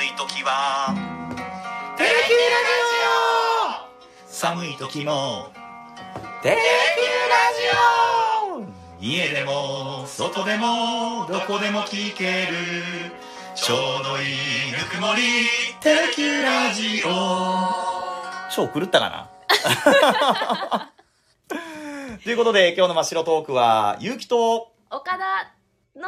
時はテレキューラジ寒い時もオテレキューラジ家でも外でもどこでも聞けるちょうどいいぬくもりテレキュラジオオ超狂ったかな ということで今日の真っ白トークはゆうきと岡田の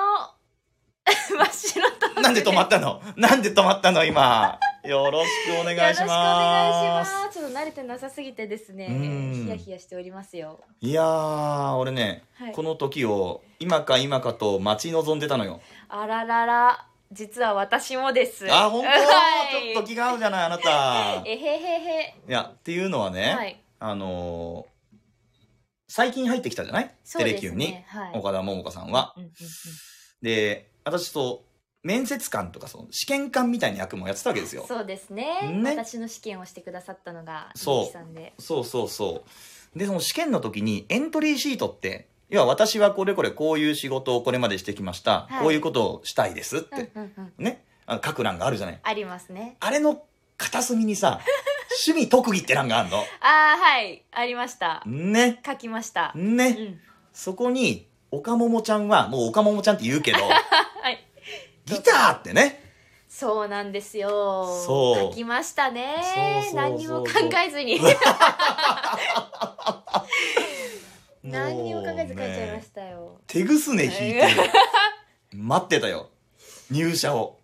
真っ白となんで止まったのなんで止まったの今よろしくお願いしまよすろしくお願いしますちょっと慣れてなさすぎてですねうんヒヤヒヤしておりますよいやー俺ね、はいこの時を今か今かと待ち望んでたのよあららら実は私もですあ本当、はいちょっと気が合うじゃないあなたえへへへいやっていうのはね、はいあのー最近入ってきたじゃない、そテうレでキュすーにねはい岡田桃子さんは。うんうんうんで私と面接官とかその試験官みたいな役もやってたわけですよ。そうですねね私の試験をしてくださったのがそうゆきさんでそうそうそう。でその試験の時にエントリーシートって要は私はこれこれこういう仕事をこれまでしてきました、はいこういうことをしたいですって、うんうんうんねあの書く欄があるじゃない。ありますねあれの片隅に さ趣味特技って欄があるの。あーはいありましたね。書きましたうね。んそこに岡桃ちゃんはもう岡桃ちゃんって言う けどはいギターってね。そうなんですよ。そう書きましたねそうそうそうそう。何にも考え ずに。もうね何にも考えず書いちゃいましたよ。手ぐすね引い て待ってたよ入社を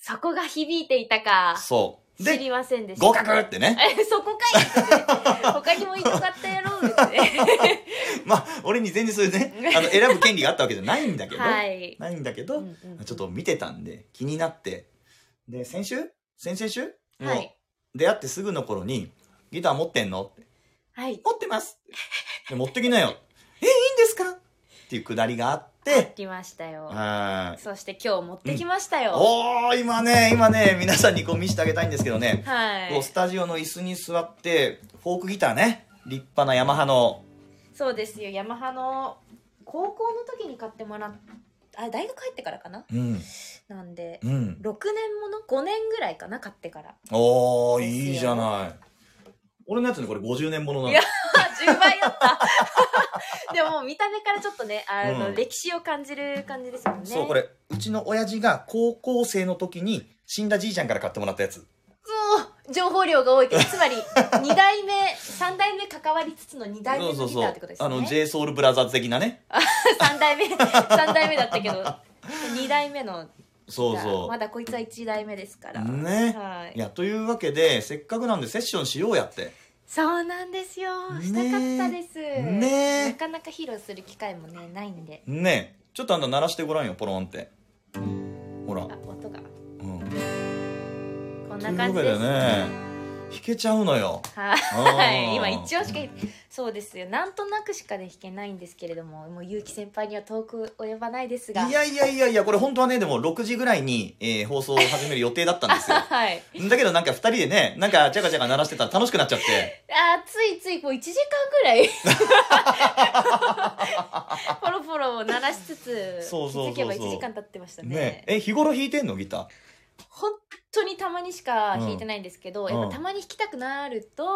そこが響いていたか。そう知りでませんでした。合格ってねえ、 そこかいですね。他にもいなかったやろうで すね。まあ俺に全然そういう ねあの選ぶ権利があったわけじゃないんだけど、はい。ないんだけど、うんうんちょっと見てたんで気になってで先週先々週もはうい。出会ってすぐの頃に「ギター持ってんの?」ってはい「持ってます」で持ってきなよ」「えいいんですか?」っていうくだりがあって書きましたよ。はいそして今日持ってきましたよ。おー、今ね、今ね、皆さんにこう見せてあげたいんですけどね、はこういス。タジオの椅子に座って、フォークギターね、立派なヤマハの、そうですよ。ヤマハの高校の時に買ってもらっあ、大学入ってからかなうん、なんで、うん。 6年もの ?5 年ぐらいかな買ってから。おー、ですよいいじゃない。俺のやつね、これ50年ものなのいや。10倍だった でももう見た目からちょっとねあうの、ん歴史を感じる感じですもんねそう、これ、うちの親父が高校生の時に、死んだじいちゃんから買ってもらったやつ。そう情報量が多いけどつまり2代目3代目関わりつつの2代目のギターってことですあよ の、ね JSOUL ブラザーズ的なね。 3代目3代目だったけど2代目のそうまそだこいつは1代目ですからう。ね。はいいや、というわけで、せっかくなんでセッションしようやって。そうなんですよねしたかったですねなかなか披露する機会もねないんでねえちょっとあんた鳴らしてごらんよポロンってほら、あ音がうん、こんといなう感わじけでですね弾けちゃうのよはいうんはい、今一応しかそうですよなんとなくしかね弾けないんですけれどももう結城先輩には遠く及ばないですがいやいやいやいやこれ本当はねでも6時ぐらいに、えー放送を始める予定だったんですよ はいだけどなんか2人でねなんかチャカチャカ鳴らしてたら楽しくなっちゃってあーついついこう1時間ぐらい ポロポロを鳴らしつつそうそうそうそう気づけば1時間経ってましたねねええ日頃弾いてんのギター本当にたまにしか弾いてないんですけど、うんやっぱたまに弾きたくなると、うん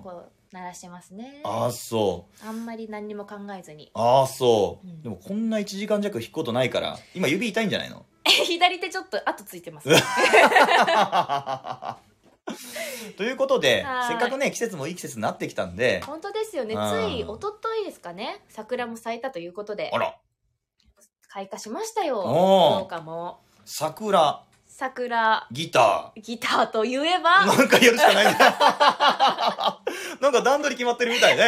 こう鳴らしてますねああそうあんまり何にも考えずに ああそう、うんでもこんな1時間弱弾くことないから今指痛いんじゃないの左手ちょっと後ついてます ということではいせっかくね季節もいい季節になってきたんで本当ですよねうんつい一昨日ですかね桜も咲いたということであら開花しましたよおー農家も桜桜ギタギターと言えー。ばなんかやるしかないね。 なんか段取り決まってるみた いね。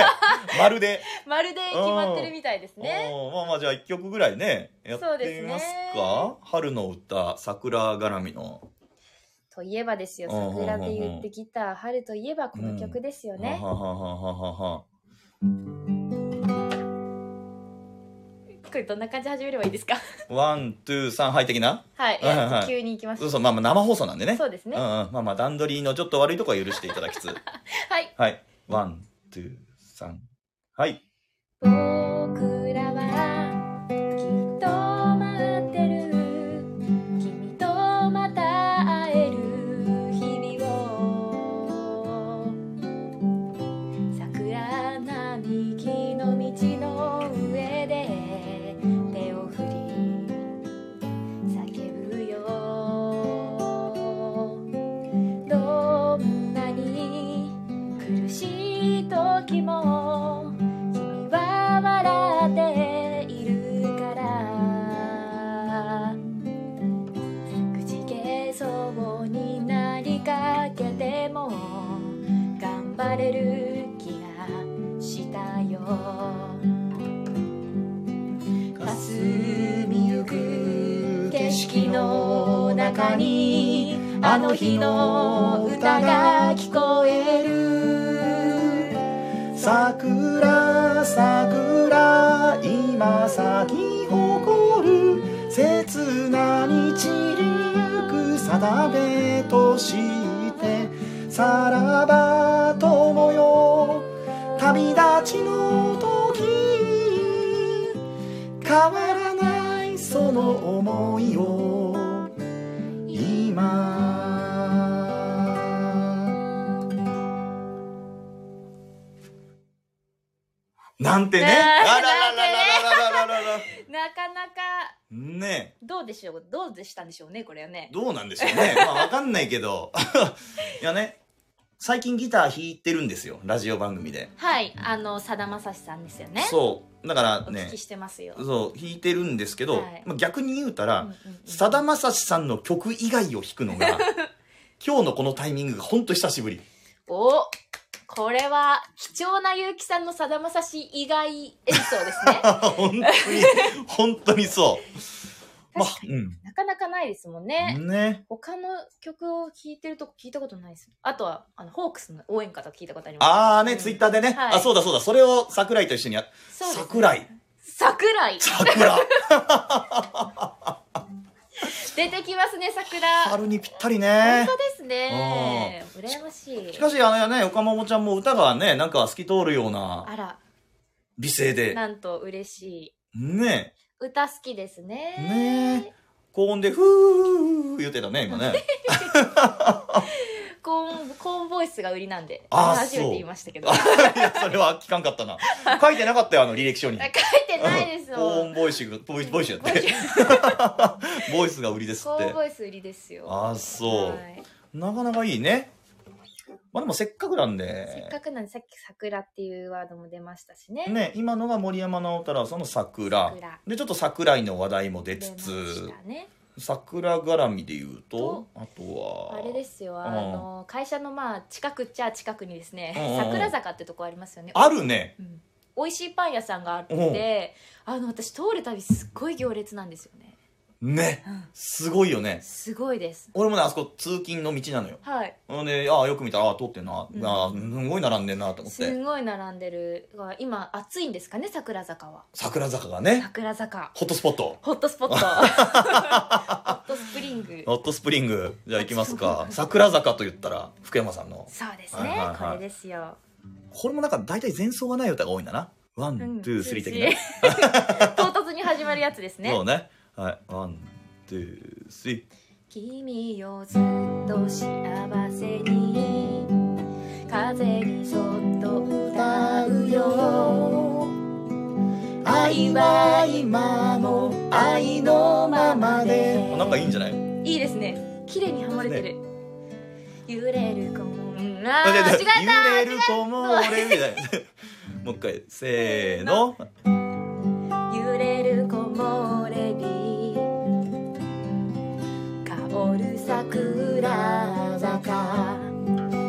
まるで。まるで決まってるみたいですねおーまあまあじゃあ一曲ぐらいね、やってみますそうか。春の歌、桜絡みの。といえばですようん桜で言ってギター春といえばこの曲ですよねはははははは。これどんな感じで始めればいいですかワン、ツー、サン、はい的な。はいはいはいはい急に行きますそうそう、まあまあ生放送なんでね。そうですねうんうん。まあまあ段取りのちょっと悪いとこは許していただきつつ。はいはい。ワン、ツー、サン。はい。僕らはきっと待ってる君とまた会えだけでも頑張れる気がしたよ霞みゆく景色の中にあの日の歌が聞こえる桜桜今咲き誇る刹那に散りゆく定めとしてさらば友よ旅立ちの時変わらないその思いを今なんてね。ねあららららららららら。なかなかねどうでしょうどうでしたんでしょうねこれはねどうなんでしょうね。まあわかんないけど。 いやね、最近ギター弾いてるんですよ。ラジオ番組で。はいあのさだまさしさんですよねそう。だからおね聞き、してますよ、そう、弾いてるんですけど、はいまあ逆に言うたうんうらん、うんさだまさしさんの曲以外を弾くの が、今日のこのタイミングがほんと久しぶり。 おこれは貴重な結城さんのさだまさし以外演奏で すね本当 に、本当にそう。まあ、なかなかないですもんね、うん。ね。他の曲を聴いてるとこ聞いたことないですあとはあのホークスの応援歌とか聞いたことありますあーね、ツイッターでね。はいあ、そうだそうだ。それを桜井と一緒にやっー桜井。桜井 桜。出てきますね桜本春にぴったりね。当ですね羨ましいしかし、あのね、岡桃ちゃんも歌がね、なんか透き通るようなあら美声で。なんと嬉しいね歌好きですえ。ねねえ。高音で、ふー言ってたね、今ね。コーンコーンボイスが売りなんであーそ初めてう言いましたけどあ書いいや、それは聞かんかったな。書いてなかったよ、あの履歴書に。てないです高よ音ボイスが、ボイス、ボイスやって。ボイスが売りですっコーてン。ボイス売りですよあそうはいなかなかいいね。まあでもせっかくなんで。せっかくなんでさっき「桜」っていうワードも出ましたしねね、今のが森山直太朗さんの桜桜でちょっと桜井の話題も出つ出まつしたね桜絡みで言うとあとはあれですよあの会社のまあ近くっちゃ近くにですねうんうんうん桜坂ってとこありますよねあるねうん美味しいパン屋さんがあってあの私通るたびすっごい行列なんですよねねうんすごいよねすごいです俺もねあそこ通勤の道なのよはいほんでああよく見たらああ通ってんな、うんああすごい並んでんなと思っすてごい並んでる今暑いんですかね桜坂は桜坂がね桜坂ホットスポットホットスポットホットスプリングホットスプリングじゃあ行きますか桜坂と言ったら福山さんのそうですはいはいねはいこれですよこれもなんか大体前奏がない歌が多いんだなワン、うんツースリー的な 唐突に始まるやつですねそうねはいワンツースリー君をずっと幸せに風にそっと歌うよ愛は今も愛のままでなんかいいんじゃないいいですね綺麗にハモれてる、揺れるこん違う違うなあ ー違った揺れるこもれみたいなもう一回せーの揺れる木漏れ日香る桜坂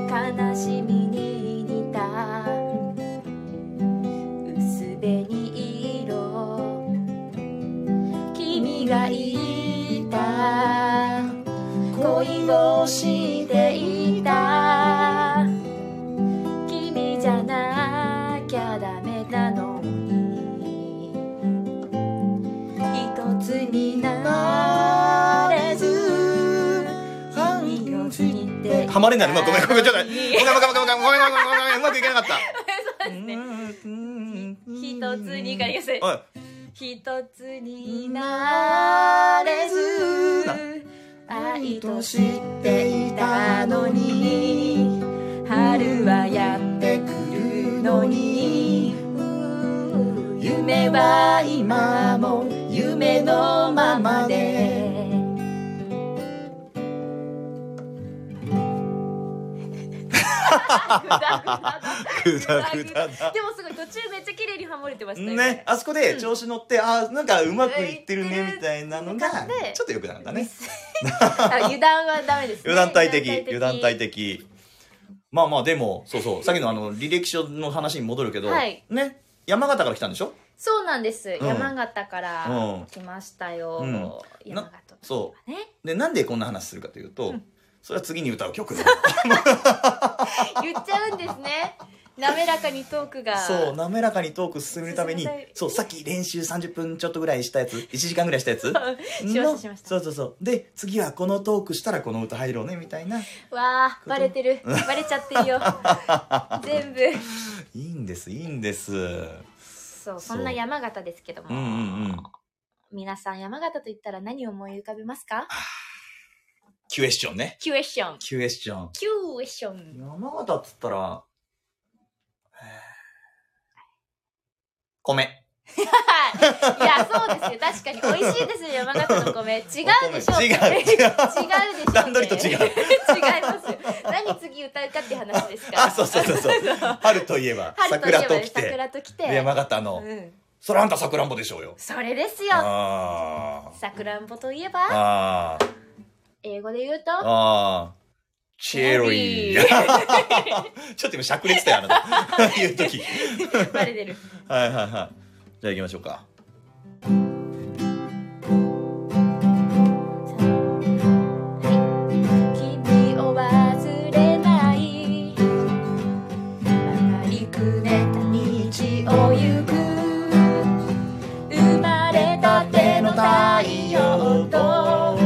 悲しみに似た薄紅色君がいた恋をしていた君じゃなきゃダメなのに一つになれず君をついてハマれないなごめんごめんちょっとごめんごめんごめんごめんごめんごめんうまくいけなかったそうですねひとつにがが言いますおい一つになれず愛と知っていたのに春はやってくるのに夢は今も夢のま までぐだぐだぐだだぐだだ でもすごい途中めっちゃ綺麗にハモれてましたよねあそこで調子乗ってあーなんかうまくいってるねみたいなのがうんちょっとよくなかったねあ 油断はダメです、ね、油断大敵、油断大敵。まあまあ、でも、そうそう、さっきのあの、履歴書の話に戻るけど、はいね、山形から来たんでしょそうなんです、ん山形からうん来ましたよ、うん山形とかそねう。で、なんでこんな話するかというと、それは次に歌う曲だ。言っちゃうんですね滑らかにトークが そう、滑らかにトーク進めるために進めたい、そう、さっき練習30分ちょっとぐらいしたやつ、1時間ぐらいしたやつ。 しましたしましたそうそうそう。で、次はこのトークしたらこの歌入ろうね、みたいな。わあバレてるバレちゃって るよ全部いいんです、いいんです。うそうそんな山形ですけども、んうんうん。皆さん山形と言ったら何を思い浮かべますかキュエスチョンね。キュエッションキュエスチョン。キュエッション山形っつったら、米。はいいやそうですよ確かに美味しいですよ山形の米違うでしょう違う違う違うで しょう、ね、段取りと違う違います何次歌うかって話ですから。あ、そうそうそうそう春といえば、春といえば桜と来て、桜と来てで山形の、うん、それあんた桜んぼでしょうよ。それですよあさくらんぼといえあ。ばああ。英語で言うとああ。チェリチェリー。 ちょっと今、しゃくれてたよ、あなた。 言うとき。バレてるはいはいはい。じゃあ行きましょうか。君を忘れない曲がりくねった道を行く生まれたての太陽と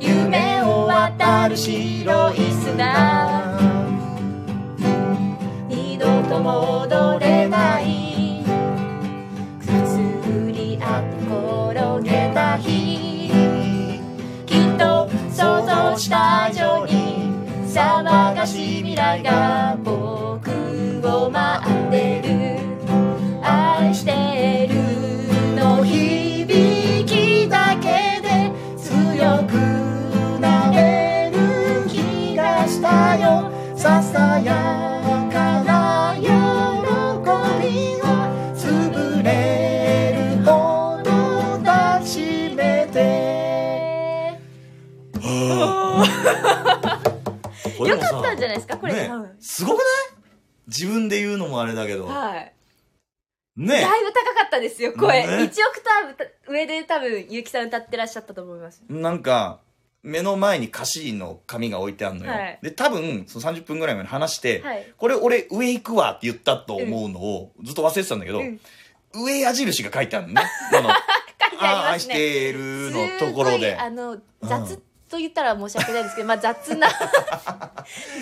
夢を渡る白い砂二度と戻れないくすぶり合って転げた日きっと想像した以上に騒がしい未来が僕を待ってる愛してるの響きだけで強強くくなれる気がしたよささやかな喜びが潰れるほど抱きしめてよかったんじゃないですかこれ、ねうんすごくない自分で言うのもあれだけど。はいねだいぶ高かったですよね声、1オクターブ上で多分ゆきさん歌ってらっしゃったと思いますなんか、目の前に歌詞の紙が置いてあるのよ。はいで、多分、その30分ぐらい前に話して、はいこれ俺上行くわって言ったと思うのをずっと忘れてたんだけど、うん上矢印が書いてある のね。あの、書いてありあま愛すしねてるすのごところでい。あの雑と言ったら申し訳ないですけど、まあ雑な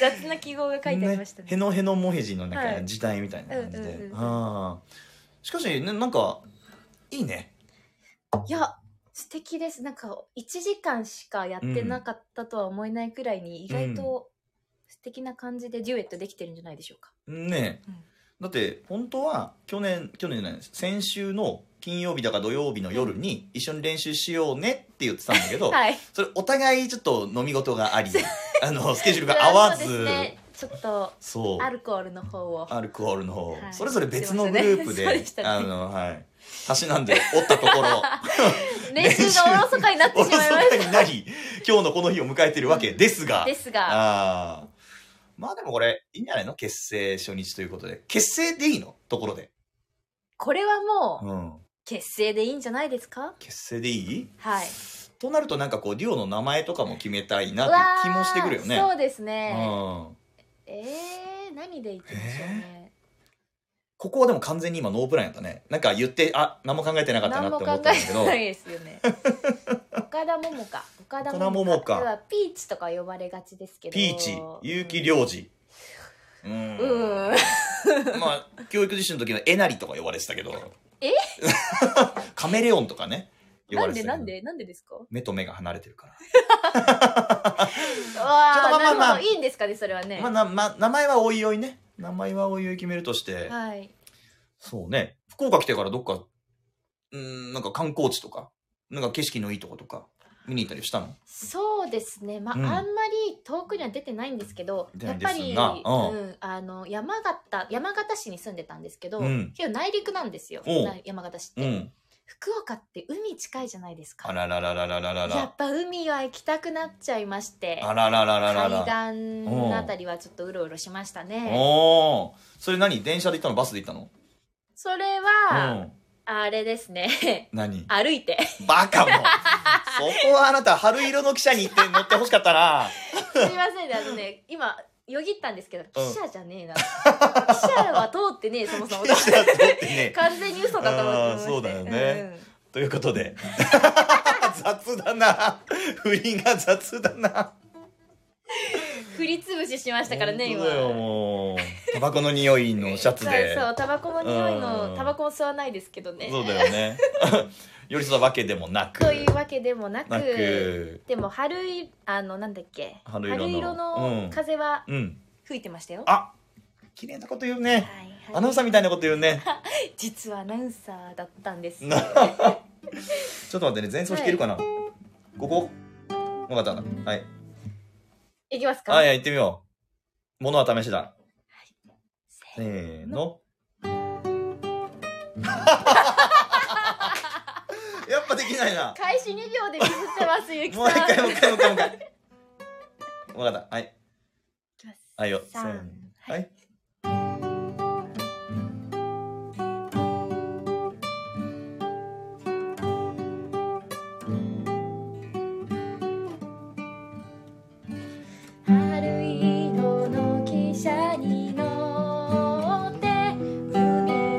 雑な記号が書いてありましたねへのへのもへじのなんはかい時代みたいな感じで。うんうんうんあーしかし、ね、なんか、いいね。いや素敵ですなんか1時間しかやってなかったとは思えないくらいに意外と素敵な感じでデュエットできてるんじゃないでしょうか、ね、うんだって本当は去年去年じゃないです先週の金曜日だか土曜日の夜に一緒に練習しようねって言ってたんだけど、はいそれお互いちょっと飲み事があ りあのスケジュールが合わずそうですねちょっとそうアルコールの方 をアルコールの方、はいそれぞれ別のグループそうででしたねあのはい橋なんでおったとこ ろ練習がおろそかになっておしろまいまそしかになり今日のこの日を迎えてるわけですがたですがああまあでもこれいいんじゃないの結成初日ということで結成でいいのところで、これはもううん、結成でいいんじゃないですか結成でいいはいとなるとなんかこうデュオの名前とかも決めたいなって気もしてくるよねうわーそうですうね。ん、えー、何でいきましょうね。ここはでも完全に今ノープランやったねなんか言ってあ何も考えてなかったな何っもて考思っえたんだけてどないですよね。岡田桃か。岡田岡田桃桃佳か。ではピーチとか呼ばれがちですけど。ピーチ結城良二うんうん。まあ教育実習の時のえなりとか呼ばれてたけどえ カメレオンとかね呼なばれんてでたけどなんでなんでですか。わ目と目が離れてるからちょっとまあまあまああなるほどいいんですかねそれはね。まあなま名前はおいおいね名前はおいおい決めるとして、はい。そうね福岡来てからどっかうーんなんか観光地とかなんか景色のいいとことか見に行ったりしたのそうですね。まうあ、んあんまり遠くには出てないんですけど、出やないっでぱすり、がうんうん、あの山形山形市に住んでたんですけど、うん結構内陸なんですよ。おうな山形市って。うん福岡って海近いじゃないですあか。らららららららやらっぱ海は行きたくなっちゃいまして、あらららららら海岸のあたりはちょっとうろうろしましたね。おおそれ何電車で行ったのバスで行ったのそれうは、んあれですね。 何歩いて。バカ もそこはあなた春色の汽車に行って乗ってほしかったなすいませんね、あのね、今、よぎったんですけど、記者じゃねえな。記者は通っ てねえ、そもそも。汽車ってね完全に嘘だと思ってました。あーそうだよねうんということで 雑だな不倫が雑だな振りつぶししましたから本ね、今。当だよもうタバコの匂いのシャツでそうそうタバコの匂いのうんタバコを吸わないですけどねそうだよね 寄り添うわけでもなくというわけでもなくなくでも春いあのなんだっけ春色のうん風はうん吹いてましたよ、あ綺麗なこと言うねはいはいアナウンサーみたいなこと言うね 実はアナウンサーだったんですなちょっと待ってね前奏弾けるかな、ここ分かったはいいきますか、あいや行ってみようものは試しだせせーー のやっぱできないな開始2秒でミスってますゆきさんもう一回もう一回もう一回もう一回分かったはいきますはいよせさんーのははいい春色の汽車に乗って海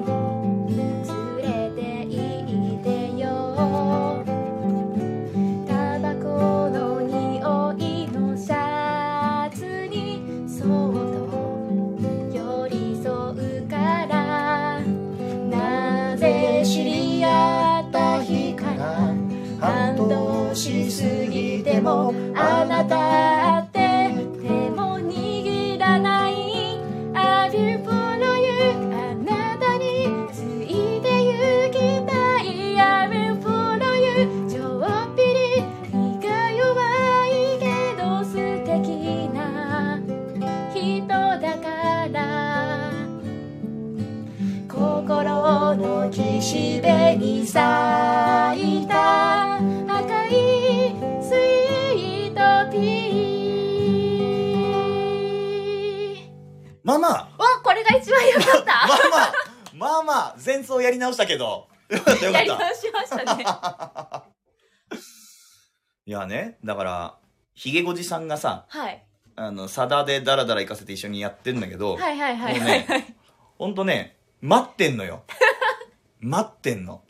に連れて行ってよタバコの匂いのシャツにそっと寄り添うからなぜ知り合った日から半年過ぎてもあなたって手も握らない I will follow you あなたについて行きたい I will follow you ちょっぴり気が弱いけど素敵な人だから心の岸辺に咲いた赤いスイートピーまあまあおこれが一番良かっ まあたまあまあまあ前奏やり直したけどよかったよかやっり直たしましたねいやねだからひげごじさんがさはいあのサダでダラダラ行かせて一緒にやってんだけど、はいはいはいもうはいねはいほんとね待ってんのよ待ってんの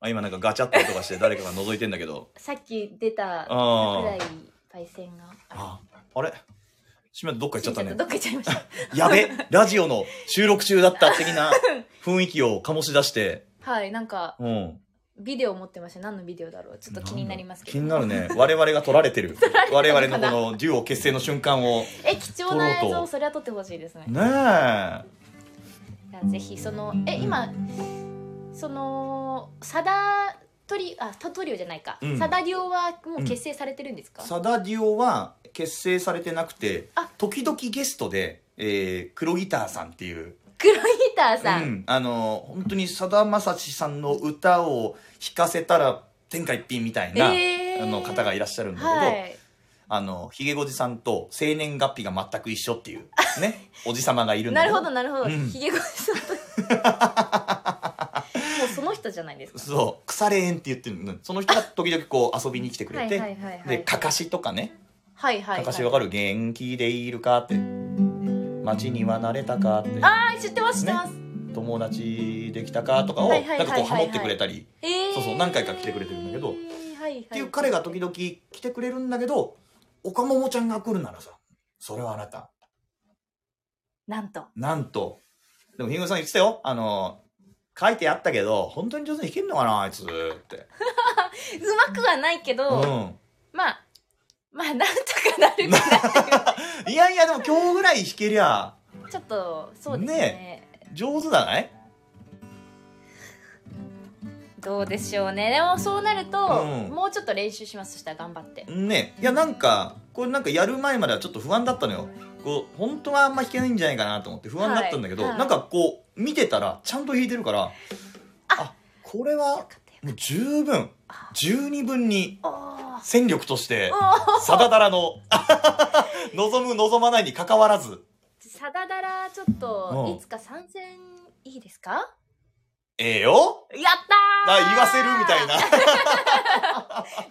あ今なんかガチャって音がして誰かが覗いてんだけどさっき出たあ桜井ーパイセンがああれしまどっか行っちゃった死んねどっか行っちゃいましたやべラジオの収録中だった的 な雰囲気を醸し出してはいなんかうんビデオ持ってました何のビデオだろうちょっと気になりますけど気になるね我々が撮られて る我々のこのデュオ結成の瞬間をえ貴重な映撮ろう像とそれは撮ってほしいですねねえじゃあぜひそのえ今そのサダトリあトトリオじゃないか、うんサダリオはもう結成されてるんですか、サダディオは結成されてなくてあ時々ゲストで、えー、黒ギターさんっていう、黒ギターさん、うんあの本当にさだまさしさんの歌を弾かせたら天下一品みたいな、えーあの方がいらっしゃるんだけど、はいあのひげごじさんと生年月日が全く一緒っていう ねおじ様がいるんだなけるほどなるほど、うんひげごじさんともうその人じゃないですかそう腐れ縁って言ってるのその人が時々こう遊びに来てくはれいて、はいはいはでいかかしとかねはいはいかかしわはいかる元気でいるかって街には慣れたかってあー知ってます知ってます、友達できたかとかをはないんはいはいかはいこうはいハモってくれたりえーそうそう何回か来てくれてるんだけどはいはい、っっていう彼が時々来てくれるんだけど岡桃ちゃんが来るならさそれはあなたなんとなんとでもひぐさん言ってたよあの書いてあったけど本当に上手に弾けんのかなあいつってうまくはないけうど、んまあまあなんとかなるかいやいやでも今日ぐらい弾けりゃなちょっとそうですね上手じゃないどうでしょうねでもそうなると、うんもうちょっと練習しますそしたら頑張ってねいやなんかこれなんかやる前まではちょっと不安だったのよこう本当はあんま弾けないんじゃないかなと思って不安だったんだけど、はいはいなんかこう見てたらちゃんと弾いてるからあこれはよかったよもう十分十二分にあ戦力としてさだだらの 望む望まないに関わらずさだだらちょっうとんいつか参戦いいですかええよやったあー言わせるみたいな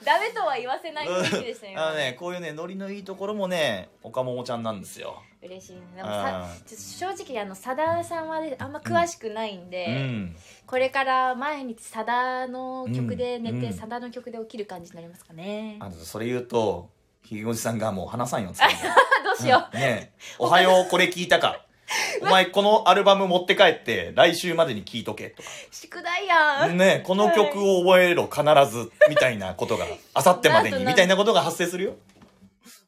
ダメとは言わせない雰囲気でしたねあのねこういうねノリのいいところもね岡桃ちゃんなんですよ嬉しいねでもさうんちょっと正直あのさださんはねあんま詳しくないんで、うんこれから毎日さだの曲で寝うてんさだ、の曲で起きる感じになりますかねあのそれ言うとひげおじさんがもう話さんよっつってあ どうしよう、うん ねえおはようこれ聞いたかお前このアルバム持って帰って来週までに聞いとけと宿題やかん、ねえこの曲を覚えろ必ずみたいなこと があさってまでにみたいなことが発生するよ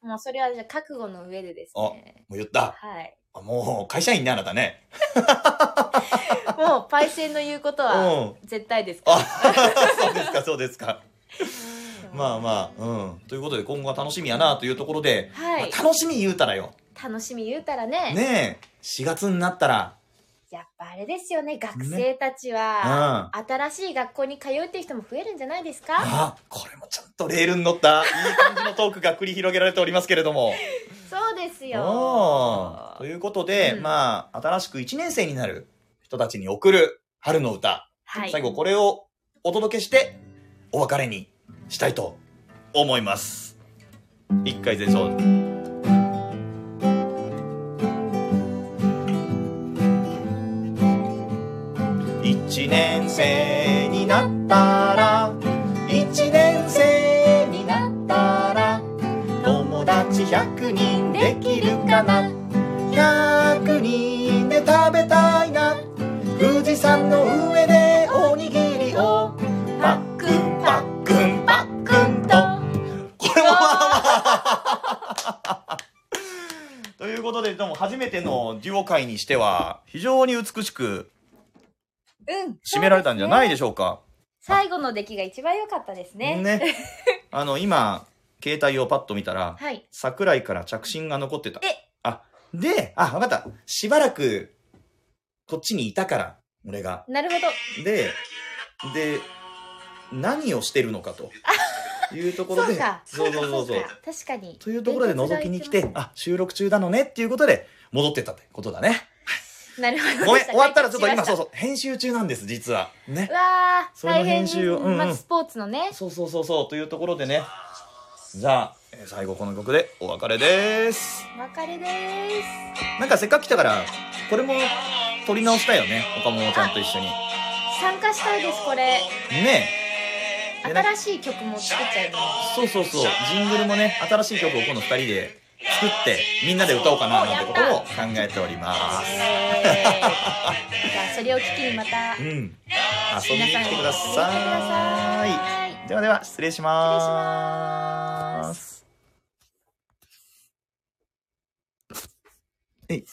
もうそれはじゃあ覚悟の上でですねもう言ったはいあもう会社員ねあなたね もうパイセンの言うことは絶対ですから、あそうですかそうですかまあまあうんということで今後は楽しみやなというところで、はいまあ楽しみ言うたらよ楽しみ言うたらねねえ4月になったらやっぱあれですよね学生たちは、新しい学校に通うっていう人も増えるんじゃないですかあこれもちゃんとレールに乗ったいい感じのトークが繰り広げられておりますけれどもそうですおーよということで、うんまあ、新しく1年生になる人たちに送る春の歌、はい最後これをお届けして、お別れにしたいと思います。一回前奏。一年生になったら、一年生になったら、友達100人できるかな100人で食べたいな富士山の上でおにぎりをパックンパックンパックンとこれもまあまあということででも初めてのデュオ会にしては非常に美しくうん締められたんじゃないそうですねでしょうか最後の出来が一番良かったです ねあの今携帯をパッと見たらはい桜井から着信が残ってたえあであ分かったしばらくこっちにいたから俺がなるほどでで何をしてるのかというところそでうかそうそうそうそうか確かにというところで覗きに来てあ収録中なのねっていうことで戻ってったってことだねなるほどごめん終わったらちょっと今そううそう編集中なんです実はねうわーその編集を大変うんうんまずスポーツのねそうそうそうそうというところでねじゃあえー最後この曲でお別れですお別れですなんかせっかく来たからこれも撮り直したよね岡本ちゃんと一緒に参加したいですこれねえでなんか新しい曲も作っちゃいま そうそうそうジングルもね新しい曲を今度2人で作ってみんなで歌おうかななんてことを考えておりますすえーじゃあそれを機にまたうん遊びに皆さん来てくだ遊びに来てくださいさいではでは失礼しま失礼しますすえい